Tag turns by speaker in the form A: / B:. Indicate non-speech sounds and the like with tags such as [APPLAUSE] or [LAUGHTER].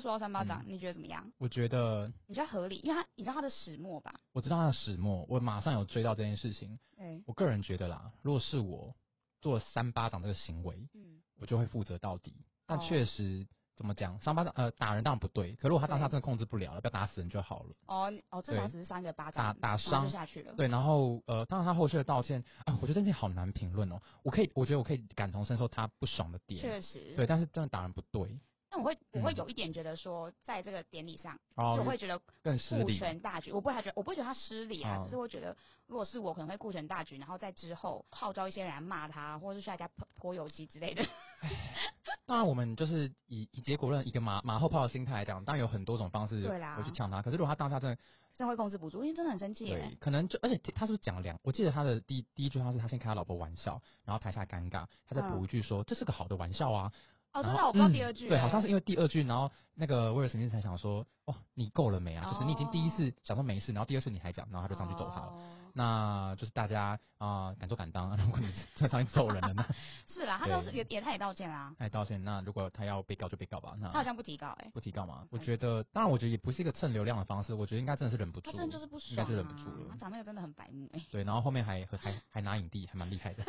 A: 说到三巴
B: 嗯
A: 掌，你觉得怎么样？
B: 我觉得
A: 你觉得合理？因为他你知道他的始末吧？
B: 我知道他的始末，我马上有追到这件事情。
A: 对，
B: 我个人觉得啦，如果是我做三巴掌这个行为，
A: 嗯，
B: 我就会负责到底。但
A: 哦
B: 确实、怎么讲，三巴掌呃打人当然不对，可如果他当下真的控制不了了，不要打死人就好了。
A: 哦你哦，至少
B: 对
A: 只是扇个巴
B: 打
A: 掌，
B: 打
A: 然后
B: 伤
A: 就嗯下去了。
B: 对，然后呃，当然他后续的道歉啊，我觉得那好难评论哦。我可以，我觉得我可以感同身受他不爽的点，
A: 确实，
B: 对，但是真的打人不对
A: 但我会我会
B: 嗯
A: 有一点觉得说，在这个典礼上，就我
B: 哦
A: 会，觉得
B: 更失
A: 顾
B: 礼。
A: 全大局，我不会觉得我不会觉得他失礼啊，
B: 哦
A: 只是会觉得如果是我，可能会顾全大局，然后在之后号召一些人来骂他，或者是下家泼泼油漆之类的。 [LAUGHS]
B: 当然，我们就是以以结果论，一个马马后炮的心态来讲，当然有很多种方式
A: 对啦
B: 我去呛他。可是如果他当下真的
A: 真的会控制不住，因为真的很生气耶。
B: 对，可能就而且他是不是讲了两？我记得他的第一第一句话是他先开他老婆玩笑，然后台下尴尬，他再补一句说、这是个好的玩笑啊。
A: 哦，
B: 然
A: 真
B: 后
A: 的，我不知道
B: 嗯
A: 第二句耶、
B: 对，好像是因为第二句，然后那个威尔史密斯才想说，哦，你够了没啊？就是你已经第一次想说没事，然后第二次你还讲，然后他就上去揍他了。
A: 哦
B: 那就是大家啊、敢做敢当啊。如果你真的上去揍人了，那
A: 是啦，他
B: 对
A: 倒是也也他也道歉啦，
B: 哎道歉。那如果他要被告就被告吧，
A: 他好
B: 那
A: 像不提告哎、
B: 不提告嘛？我觉得，当然，我觉得也不是一个蹭流量的方式，我觉得应该真的是忍不住
A: 他。真的就是不爽、
B: 应该
A: 啊，
B: 就忍不住了
A: 他长那个真的很白目哎、
B: 对，然后后面还还还拿影帝，还蛮厉害的。